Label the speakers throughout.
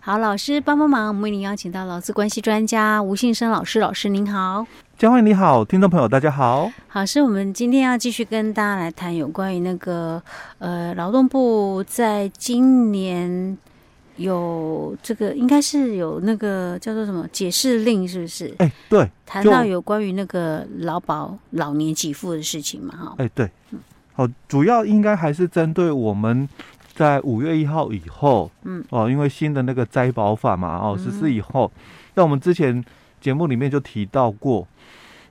Speaker 1: 好，老师帮帮忙，我们为您邀请到劳资关系专家吴信生老师，老师您好。
Speaker 2: 嘉惠你好，听众朋友大家好。
Speaker 1: 好，是我们今天要继续跟大家来谈有关于那个呃，劳动部在今年有这个应该是有那个叫做什么解释令，是不是？
Speaker 2: 哎、对，
Speaker 1: 谈
Speaker 2: 就
Speaker 1: 到有关于那个劳保老年给付的事情嘛，哈。
Speaker 2: 哎、对，好，主要应该还是针对我们在五月一号以后，
Speaker 1: 嗯，
Speaker 2: 哦，因为新的那个摘保法嘛，哦，实施
Speaker 1: 嗯
Speaker 2: 以后，那、我们之前节目里面就提到过，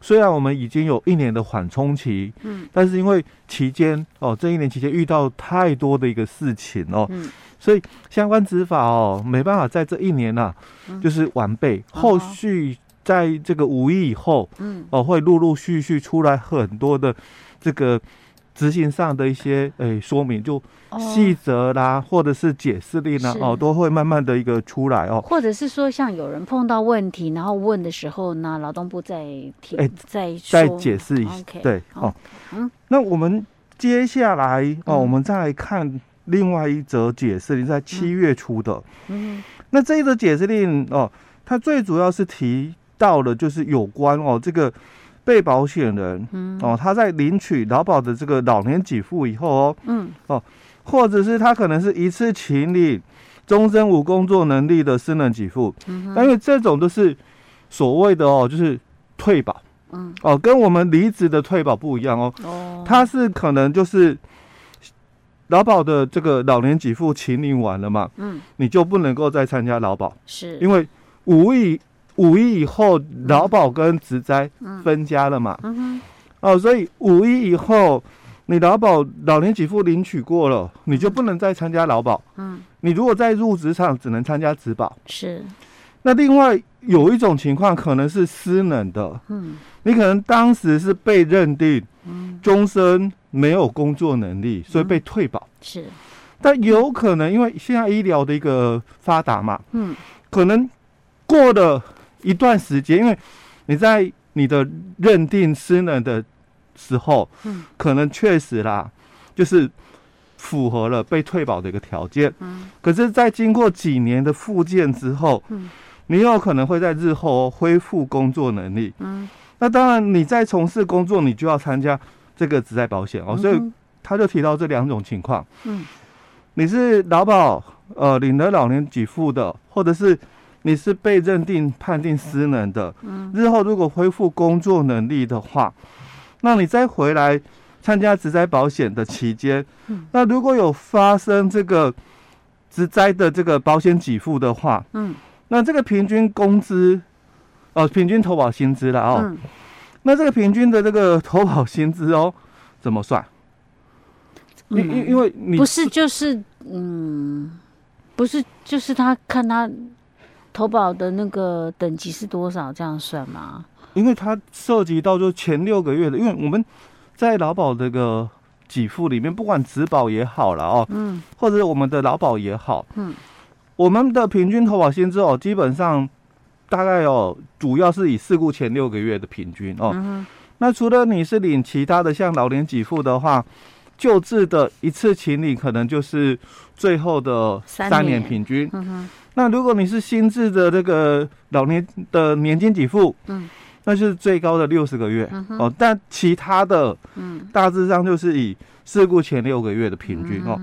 Speaker 2: 虽然我们已经有一年的缓冲期，
Speaker 1: 嗯，
Speaker 2: 但是因为期间哦，这一年期间遇到太多的一个事情哦，
Speaker 1: 嗯
Speaker 2: 所以相关执法哦，没办法在这一年呐、啊
Speaker 1: 嗯
Speaker 2: 就是完备，后
Speaker 1: 哦
Speaker 2: 续在这个五一以后。
Speaker 1: 嗯
Speaker 2: 哦，会陆陆续续出来很多的这个执行上的一些诶、说明，就细
Speaker 1: 嗯
Speaker 2: 则啦，或者是解释力呢
Speaker 1: 哦是，
Speaker 2: 哦，都会慢慢的一个出来哦。
Speaker 1: 或者是说，像有人碰到问题，然后问的时候呢，劳动部再提、
Speaker 2: 哎
Speaker 1: 再
Speaker 2: 再
Speaker 1: 说
Speaker 2: 解释一下
Speaker 1: OK，
Speaker 2: 对
Speaker 1: 好
Speaker 2: 哦。
Speaker 1: 嗯
Speaker 2: 那我们接下来哦，
Speaker 1: 嗯
Speaker 2: 我们再来看另外一则解释令，在七月初的、
Speaker 1: 嗯
Speaker 2: 那这一则解释令哦，它最主要是提到了就是有关哦这个被保险人
Speaker 1: 嗯
Speaker 2: 哦，他在领取劳保的这个老年给付以后哦，
Speaker 1: 嗯
Speaker 2: 或者是他可能是一次请领终身无工作能力的私人给付，
Speaker 1: 嗯
Speaker 2: 但因为这种都是所谓的哦，就是退保
Speaker 1: 嗯
Speaker 2: 哦，跟我们离职的退保不一样哦，
Speaker 1: 哦，
Speaker 2: 它是可能就是劳保的这个老年给付请领完了嘛，
Speaker 1: 嗯
Speaker 2: 你就不能够再参加劳保，
Speaker 1: 是
Speaker 2: 因为五一五一以后劳保跟职灾
Speaker 1: 嗯
Speaker 2: 分家了嘛，
Speaker 1: 嗯哼
Speaker 2: 哦，所以五一以后你劳保老年给付领取过了，你就不能再参加劳保。
Speaker 1: 嗯
Speaker 2: 你如果再入职场，只能参加职保。
Speaker 1: 是
Speaker 2: 那另外有一种情况可能是私能的，
Speaker 1: 嗯
Speaker 2: 你可能当时是被认定
Speaker 1: 嗯
Speaker 2: 终身没有工作能力，所以被退保。
Speaker 1: 是
Speaker 2: 但有可能因为现在医疗的一个发达嘛，
Speaker 1: 嗯
Speaker 2: 可能过了一段时间，因为你在你的认定失能的时候，
Speaker 1: 嗯，
Speaker 2: 可能确实啦，就是符合了被退保的一个条件，
Speaker 1: 嗯
Speaker 2: 可是，在经过几年的复健之后，
Speaker 1: 嗯，
Speaker 2: 你有可能会在日后哦恢复工作能力。
Speaker 1: 嗯
Speaker 2: 那当然，你在从事工作，你就要参加这个职业保险哦。所以
Speaker 1: 嗯
Speaker 2: 他就提到这两种情况。
Speaker 1: 嗯
Speaker 2: 你是劳保呃领了老年给付的，或者是你是被认定判定失能的，
Speaker 1: 嗯
Speaker 2: 日后如果恢复工作能力的话，那你再回来参加职灾保险的期间
Speaker 1: 嗯，
Speaker 2: 那如果有发生这个职灾的这个保险给付的话，
Speaker 1: 嗯
Speaker 2: 那这个平均工资哦、平均投保薪资了哦，
Speaker 1: 嗯
Speaker 2: 那这个平均的这个投保薪资哦，怎么算？因因因为你
Speaker 1: 不是就是嗯不是就是他看他投保的那个等级是多少这样算吗？
Speaker 2: 因为它涉及到就前六个月的，因为我们在劳保这个给付里面，不管职保也好了哦，
Speaker 1: 嗯
Speaker 2: 或者是我们的劳保也好，
Speaker 1: 嗯，
Speaker 2: 我们的平均投保薪资哦，基本上大概哦，主要是以事故前六个月的平均哦。
Speaker 1: 嗯哼
Speaker 2: 那除了你是领其他的像老年给付的话，救治的一次请领可能就是最后的
Speaker 1: 三
Speaker 2: 三年
Speaker 1: 年
Speaker 2: 平均，
Speaker 1: 嗯哼
Speaker 2: 那如果你是新制的这个老年的年金给付，
Speaker 1: 嗯，
Speaker 2: 那就是最高的六十个月、哦。但其他的
Speaker 1: 嗯
Speaker 2: 大致上就是以事故前六个月的平均、哦。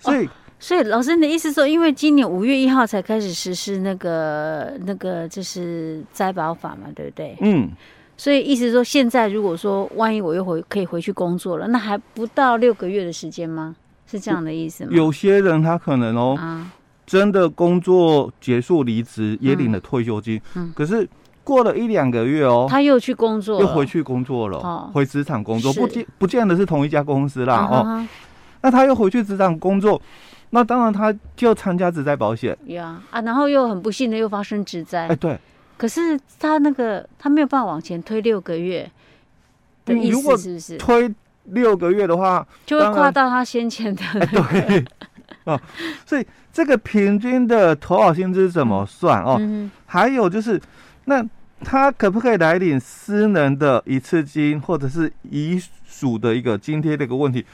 Speaker 2: 所以、
Speaker 1: 所以老师，你的意思说，因为今年五月一号才开始实施那个那个就是摘保法嘛，对不对？
Speaker 2: 嗯，
Speaker 1: 所以意思说，现在如果说万一我又回可以回去工作了，那还不到六个月的时间吗？是这样的意思吗？
Speaker 2: 有些人他可能哦，
Speaker 1: 啊，
Speaker 2: 真的工作结束离职也领了退休金，
Speaker 1: 嗯
Speaker 2: 可是过了一两个月哦。
Speaker 1: 他又去工作
Speaker 2: 又
Speaker 1: 了，
Speaker 2: 回去工作了，
Speaker 1: 哦
Speaker 2: 回职场工作，
Speaker 1: 是
Speaker 2: 不见不见得是同一家公司啦、哦。
Speaker 1: 哦，
Speaker 2: 那他又回去职场工作，那当然他就参加职灾保险。
Speaker 1: 呀啊，然后又很不幸的又发生职灾，
Speaker 2: 哎，对，
Speaker 1: 可是他那个他没有办法往前推六个月的
Speaker 2: 嗯
Speaker 1: 意
Speaker 2: 如果
Speaker 1: 思，是不是？
Speaker 2: 推六个月的话，
Speaker 1: 就会
Speaker 2: 当
Speaker 1: 跨
Speaker 2: 然
Speaker 1: 到他先前的
Speaker 2: 哎， 对，哦，所以这个平均的投保薪资怎么算哦？
Speaker 1: 嗯
Speaker 2: 还有就是，那他可不可以来领私人的一次金或者是遗属的一个津贴的一个问题？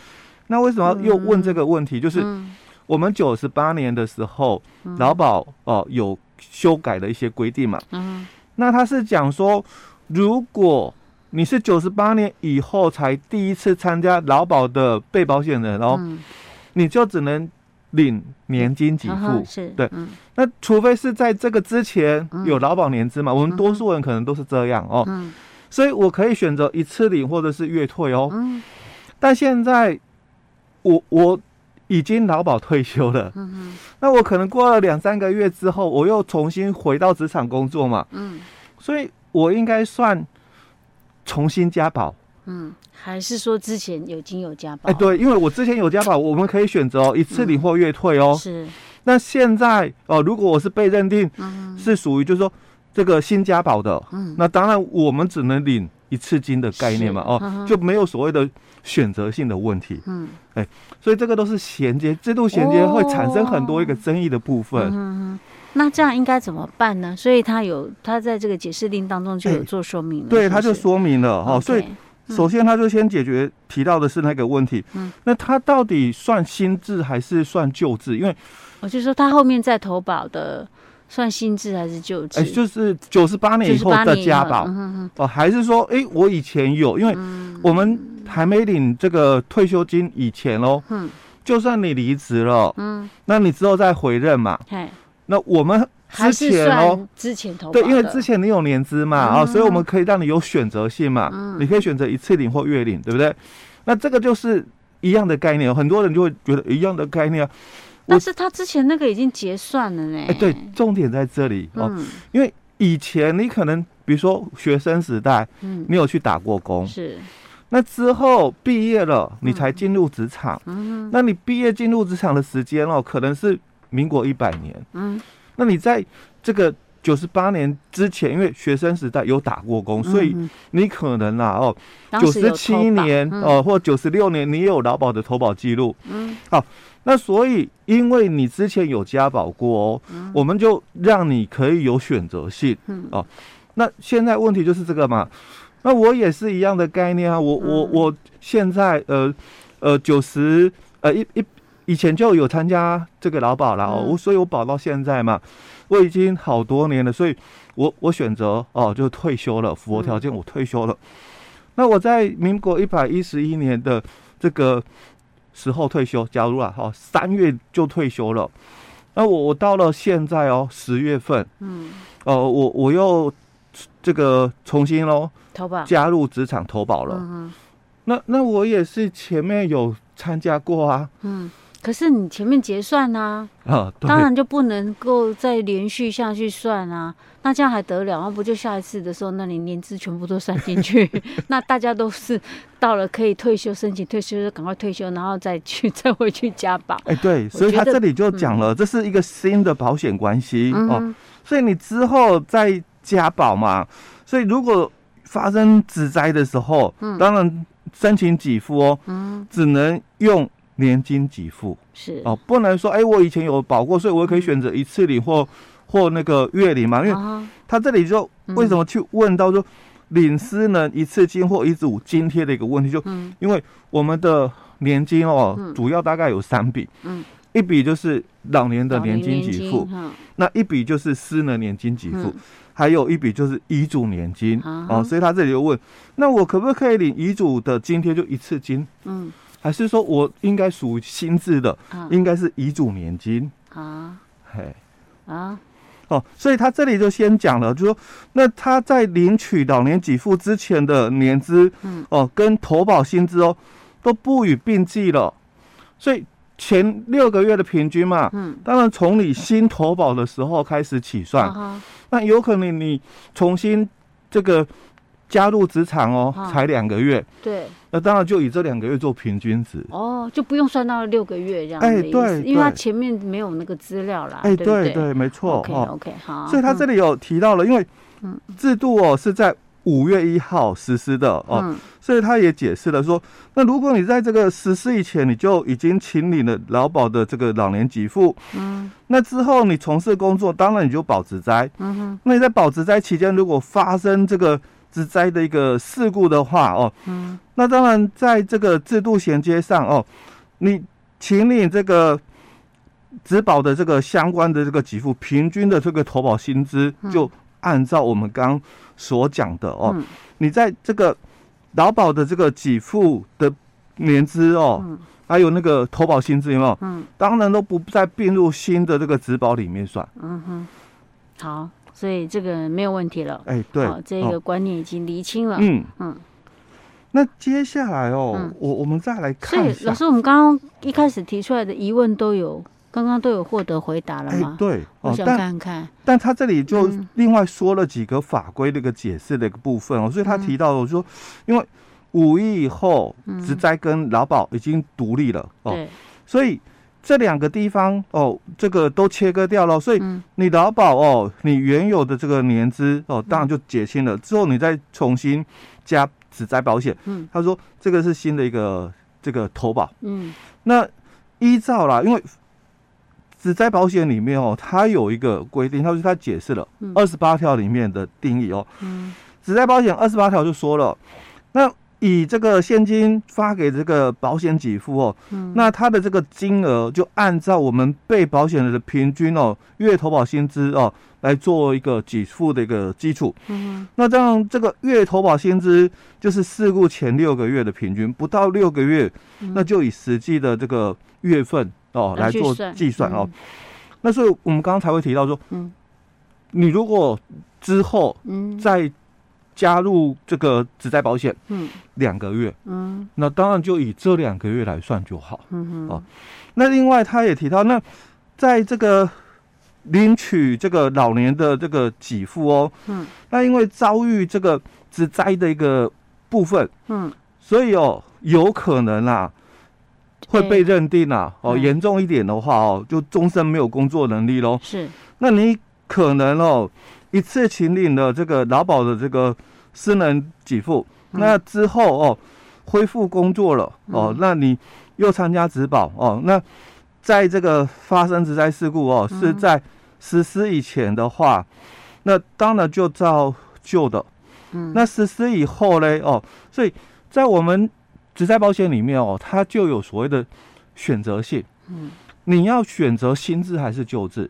Speaker 2: 那为什么要又问这个问题？就是
Speaker 1: 嗯
Speaker 2: 我们九十八年的时候，劳保哦、有修改了一些规定嘛。
Speaker 1: 嗯
Speaker 2: 那他是讲说，如果你是九十八年以后才第一次参加劳保的被保险人哦，
Speaker 1: 嗯
Speaker 2: 你就只能领年金给
Speaker 1: 嗯
Speaker 2: 付
Speaker 1: 哼。是，
Speaker 2: 对
Speaker 1: 嗯
Speaker 2: 那除非是在这个之前
Speaker 1: 嗯
Speaker 2: 有劳保年资嘛，我们多数人可能都是这样哦，
Speaker 1: 嗯
Speaker 2: 所以我可以选择一次领或者是月退哦。
Speaker 1: 嗯
Speaker 2: 但现在我我已经劳保退休了，
Speaker 1: 嗯
Speaker 2: 那我可能过了两三个月之后，我又重新回到职场工作嘛，
Speaker 1: 嗯
Speaker 2: 所以我应该算重新加保。
Speaker 1: 嗯，还是说之前有已经有家暴？
Speaker 2: 哎，，对，因为我之前有加保，我们可以选择哦，一次
Speaker 1: 嗯
Speaker 2: 领或月退哦。
Speaker 1: 是，
Speaker 2: 那现在哦、如果我是被认定
Speaker 1: 嗯
Speaker 2: 是属于就是说这个新加保的，
Speaker 1: 嗯，
Speaker 2: 那当然我们只能领一次金的概念嘛，
Speaker 1: 是嗯
Speaker 2: 哦
Speaker 1: 哼，
Speaker 2: 就没有所谓的选择性的问题，哎
Speaker 1: 嗯
Speaker 2: 所以这个都是衔接制度衔接
Speaker 1: 哦
Speaker 2: 会产生很多一个争议的部
Speaker 1: 嗯
Speaker 2: 分。
Speaker 1: 哼哼那这样应该怎么办呢？所以他有他在这个解释令当中就有做说明了，
Speaker 2: 哎对，
Speaker 1: 是不
Speaker 2: 他就是说明了哦，
Speaker 1: OK，
Speaker 2: 所以首先他就先解决提到的是那个问题
Speaker 1: 嗯，
Speaker 2: 那他到底算新制还是算旧制？因为
Speaker 1: 我就说他后面再投保的算新制还是旧制？
Speaker 2: 哎，就是九十八年以后
Speaker 1: 98
Speaker 2: 再
Speaker 1: 年
Speaker 2: 加
Speaker 1: 了
Speaker 2: 保
Speaker 1: 嗯哼哼
Speaker 2: 哦，还是说哎我以前有，因为我们还没领这个退休金以前哦，
Speaker 1: 嗯
Speaker 2: 就算你离职了，
Speaker 1: 嗯，
Speaker 2: 那你之后再回任嘛，
Speaker 1: 嘿，
Speaker 2: 那我们
Speaker 1: 还是
Speaker 2: 之前哦，
Speaker 1: 算之前投保
Speaker 2: 对，
Speaker 1: 的，嗯
Speaker 2: 因为之前你有年资嘛，啊、所以我们可以让你有选择性嘛，你可以选择一次领或月领，对不对？那这个就是一样的概念，很多人就会觉得一样的概念啊。
Speaker 1: 但是他之前那个已经结算了呢。
Speaker 2: 哎、对，重点在这里哦。
Speaker 1: 嗯
Speaker 2: 以前你可能，比如说学生时代，
Speaker 1: 嗯，
Speaker 2: 你有去打过工，
Speaker 1: 是，
Speaker 2: 那之后毕业了，你才进入职场。
Speaker 1: 嗯
Speaker 2: 那你毕业进入职场的时间哦，可能是民国一百年。
Speaker 1: 嗯
Speaker 2: 那你在这个九十八年之前，因为学生时代有打过工，所以
Speaker 1: 嗯
Speaker 2: 你可能啦、哦，
Speaker 1: 当
Speaker 2: 九
Speaker 1: 时有
Speaker 2: 十
Speaker 1: 投
Speaker 2: 七
Speaker 1: 保
Speaker 2: 年
Speaker 1: 嗯
Speaker 2: 哦、或九十六年，你也有劳保的投保记录。
Speaker 1: 嗯，
Speaker 2: 那所以，因为你之前有加保过哦，我们就让你可以有选择性
Speaker 1: 嗯
Speaker 2: 哦。那现在问题就是这个嘛。那我也是一样的概念啊，
Speaker 1: 嗯
Speaker 2: 我我我现在呃呃九十呃一一以前就有参加这个劳保了哦，
Speaker 1: 嗯
Speaker 2: 我所以我保到现在嘛，我已经好多年了，所以我我选择哦就退休了，符合条件我退休了。那我在民国一百一十一年的这个时候退休，假如啊，哦，三月就退休了，那我我到了现在哦，十月份，
Speaker 1: 嗯，
Speaker 2: 哦，我我又这个重新喽
Speaker 1: 投保
Speaker 2: 加入职场投保了。
Speaker 1: 啊嗯嗯
Speaker 2: 那那我也是前面有参加过啊，
Speaker 1: 嗯，可是你前面结算啊，
Speaker 2: 啊，对
Speaker 1: 当然就不能够再连续下去算啊，那这样还得了？那不就下一次的时候，那你年资全部都算进去， 那大家都是到了可以退休申请退休，就赶快退休，然后再去 再回去加保。
Speaker 2: 哎、对，
Speaker 1: 我
Speaker 2: 所以
Speaker 1: 觉
Speaker 2: 他
Speaker 1: 得
Speaker 2: 这里就讲了，这是一个新的保险关系、
Speaker 1: 嗯
Speaker 2: 哦，
Speaker 1: 哼，
Speaker 2: 所以你之后再加保嘛，所以如果发生职灾的时候，
Speaker 1: 嗯
Speaker 2: 当然申请给付哦，
Speaker 1: 嗯，
Speaker 2: 只能用年金给付
Speaker 1: 是，
Speaker 2: 哦，不能说哎、我以前有保过，所以我可以选择一次领或或那个月领嘛，因为
Speaker 1: 啊，
Speaker 2: 他这里就
Speaker 1: 嗯
Speaker 2: 为什么去问到说领私人一次金或遗嘱津贴的一个问题，就
Speaker 1: 嗯
Speaker 2: 因为我们的年金哦，
Speaker 1: 嗯
Speaker 2: 主要大概有三笔，
Speaker 1: 嗯，
Speaker 2: 一笔就是老年的
Speaker 1: 老
Speaker 2: 年
Speaker 1: 年
Speaker 2: 金给付，
Speaker 1: 哈，
Speaker 2: 那一笔就是私人年金给付
Speaker 1: 嗯，
Speaker 2: 还有一笔就是遗嘱年金
Speaker 1: 啊
Speaker 2: 哦，所以他这里就问，那我可不可以领遗嘱的津贴就一次金，
Speaker 1: 嗯
Speaker 2: 还是说我应该属于新制的，
Speaker 1: 啊
Speaker 2: 应该是遗嘱年金？
Speaker 1: 啊
Speaker 2: 嘿。
Speaker 1: 啊，
Speaker 2: 哦，所以他这里就先讲了，就说那他在领取老年给付之前的年资，
Speaker 1: 嗯，
Speaker 2: 哦，跟投保薪资哦，都不予并计了，所以前六个月的平均嘛，
Speaker 1: 嗯，
Speaker 2: 当然从你新投保的时候开始起算，
Speaker 1: 啊哈
Speaker 2: 那有可能你重新这个加入职场哦，
Speaker 1: 啊
Speaker 2: 才两个月，
Speaker 1: 对，
Speaker 2: 那当然就以这两个月做平均值。
Speaker 1: 哦，就不用算到六个月这样
Speaker 2: 哎
Speaker 1: 的意思，
Speaker 2: 对
Speaker 1: 因为他
Speaker 2: 对
Speaker 1: 前面没有那个资料啦，
Speaker 2: 哎，
Speaker 1: 对不对
Speaker 2: 对，没错
Speaker 1: o k
Speaker 2: 哦，
Speaker 1: OK，好，嗯
Speaker 2: 所以他这
Speaker 1: 里
Speaker 2: 里有提到了，因为
Speaker 1: 啊嗯
Speaker 2: 制度哦是在五月一号实施的哦，
Speaker 1: 嗯
Speaker 2: 所以他也解释了说，那如果你在这个实施以前你就已经请领了劳保的这个老年给付，
Speaker 1: 嗯
Speaker 2: 那之后你从事工作，当然你就保职灾。
Speaker 1: 嗯哼
Speaker 2: 那你在保职灾期间，如果发生这个职灾的一个事故的话哦，
Speaker 1: 嗯
Speaker 2: 那当然在这个制度衔接上哦，你请领这个职保的这个相关的这个给付，平均的这个投保薪资就按照我们刚刚所讲的哦，
Speaker 1: 嗯
Speaker 2: 你在这个劳保的这个给付的年资哦，还有那个投保薪资有没有？
Speaker 1: 嗯，
Speaker 2: 当然都不再并入新的这个职保里面
Speaker 1: 嗯
Speaker 2: 算。
Speaker 1: 好，所以这个没有问题了。
Speaker 2: 哎，对
Speaker 1: 好，这
Speaker 2: 哦
Speaker 1: 个观念已经厘清了。
Speaker 2: 嗯
Speaker 1: 嗯
Speaker 2: 嗯。那接下来哦，
Speaker 1: 嗯
Speaker 2: 我我们再来
Speaker 1: 所
Speaker 2: 看一
Speaker 1: 以老
Speaker 2: 下。
Speaker 1: 师，我们刚刚一开始提出来的疑问都有，刚刚都有获得回答了
Speaker 2: 哎
Speaker 1: 吗，？
Speaker 2: 对
Speaker 1: 我
Speaker 2: 哦，
Speaker 1: 想
Speaker 2: 但
Speaker 1: 看看。
Speaker 2: 但他这里就
Speaker 1: 嗯
Speaker 2: 另外说了几个法规的一个解释的一个部分哦，所以他提到我说，因为五一以后，职灾跟劳保已经独立了哦，
Speaker 1: 对，
Speaker 2: 所以这两个地方哦，这个都切割掉了，所以
Speaker 1: 嗯
Speaker 2: 你劳保哦，你原有的这个年资哦，当然就解清了，之后你再重新加职灾保险。
Speaker 1: 嗯
Speaker 2: 他说这个是新的一个这个投保，
Speaker 1: 嗯
Speaker 2: 那依照啦，因为只在保险里面哦，它有一个规定，它就是它解释了
Speaker 1: 嗯
Speaker 2: 二十八条里面的定义哦。
Speaker 1: 嗯
Speaker 2: 只在保险二十八条就说了，那以这个现金发给这个保险给付哦，
Speaker 1: 嗯
Speaker 2: 那它的这个金额就按照我们被保险人的平均哦月投保薪资哦来做一个给付的一个基础。
Speaker 1: 嗯
Speaker 2: 那这样这个月投保薪资就是事故前六个月的平均，不到六个月，
Speaker 1: 嗯
Speaker 2: 那就以实际的这个月份哦
Speaker 1: 来
Speaker 2: 来
Speaker 1: 去
Speaker 2: 做
Speaker 1: 算
Speaker 2: 计算哦。
Speaker 1: 嗯
Speaker 2: 那所以我们刚刚才会提到说，
Speaker 1: 嗯
Speaker 2: 你如果之后
Speaker 1: 嗯
Speaker 2: 再加入这个只在保险
Speaker 1: 嗯
Speaker 2: 两个月，
Speaker 1: 嗯
Speaker 2: 那当然就以这两个月来算就好。
Speaker 1: 嗯
Speaker 2: 哦那另外他也提到，那在这个领取这个老年的这个给付哦，
Speaker 1: 嗯，
Speaker 2: 那因为遭遇这个职灾的一个部分，
Speaker 1: 嗯，
Speaker 2: 所以哦，有可能啊会被认定啊，哦，
Speaker 1: 嗯
Speaker 2: 严重一点的话哦，就终身没有工作能力喽。
Speaker 1: 是
Speaker 2: 那你可能哦，一次请领了这个劳保的这个私人给付，
Speaker 1: 嗯
Speaker 2: 那之后哦，恢复工作了哦，那你又参加职保哦，那在这个发生职灾事故哦，是
Speaker 1: 嗯
Speaker 2: 在实施以前的话，那当然就照旧的。
Speaker 1: 嗯
Speaker 2: 那实施以后嘞哦，所以在我们职灾保险里面哦，它就有所谓的选择性。
Speaker 1: 嗯
Speaker 2: 你要选择新制还是旧制？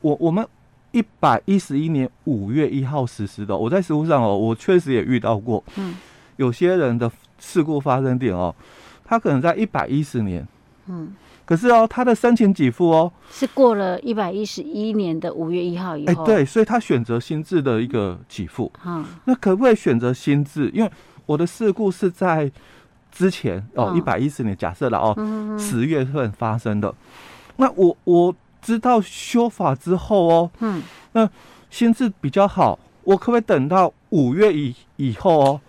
Speaker 2: 我我们一百一十一年五月一号实施的，我在实务上哦，我确实也遇到过
Speaker 1: 嗯
Speaker 2: 有些人的事故发生点哦，他可能在一百一十年，
Speaker 1: 嗯，
Speaker 2: 可是哦，他的申请给付哦，
Speaker 1: 是过了一百一十一年的五月一号以
Speaker 2: 哎、
Speaker 1: 后，，
Speaker 2: 对，所以他选择新制的一个给付，
Speaker 1: 嗯
Speaker 2: 那可不可以选择新制？因为我的事故是在之前哦，一
Speaker 1: 嗯
Speaker 2: 百一十年，假设了哦，
Speaker 1: 嗯嗯
Speaker 2: 十月份发生的，那我我知道修法之后哦，
Speaker 1: 嗯，
Speaker 2: 心智比较好，我可不可以等到五月以以后哦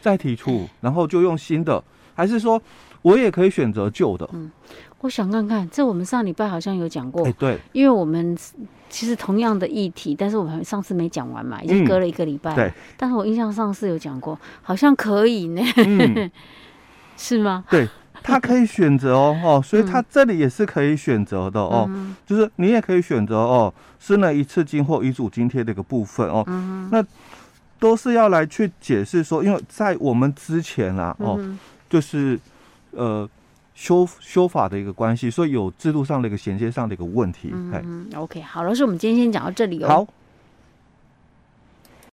Speaker 2: 再提出，然后就用新的？还是说我也可以选择旧的？
Speaker 1: 我想看看，这我们上礼拜好像有讲过
Speaker 2: 哎、，对
Speaker 1: 因为我们其实同样的议题，但是我们上次没讲完嘛，已经隔了一个礼拜、
Speaker 2: 嗯对，
Speaker 1: 但是我印象上是有讲过，好像可以呢，
Speaker 2: 嗯，
Speaker 1: 是吗？
Speaker 2: 对，他可以选择哦，哦，所以他这里也是可以选择的哦，
Speaker 1: 嗯
Speaker 2: 就是你也可以选择哦，是那一次金或遗嘱津贴的一个部分哦，
Speaker 1: 嗯
Speaker 2: 那都是要来去解释说，因为在我们之前啦、
Speaker 1: 哼
Speaker 2: 哦，
Speaker 1: 嗯
Speaker 2: 就是呃修修法的一个关系，所以有制度上的一个衔接上的一个问题。哎、
Speaker 1: 嗯哼，OK，好，老师，我们今天先讲到这里哦。
Speaker 2: 好，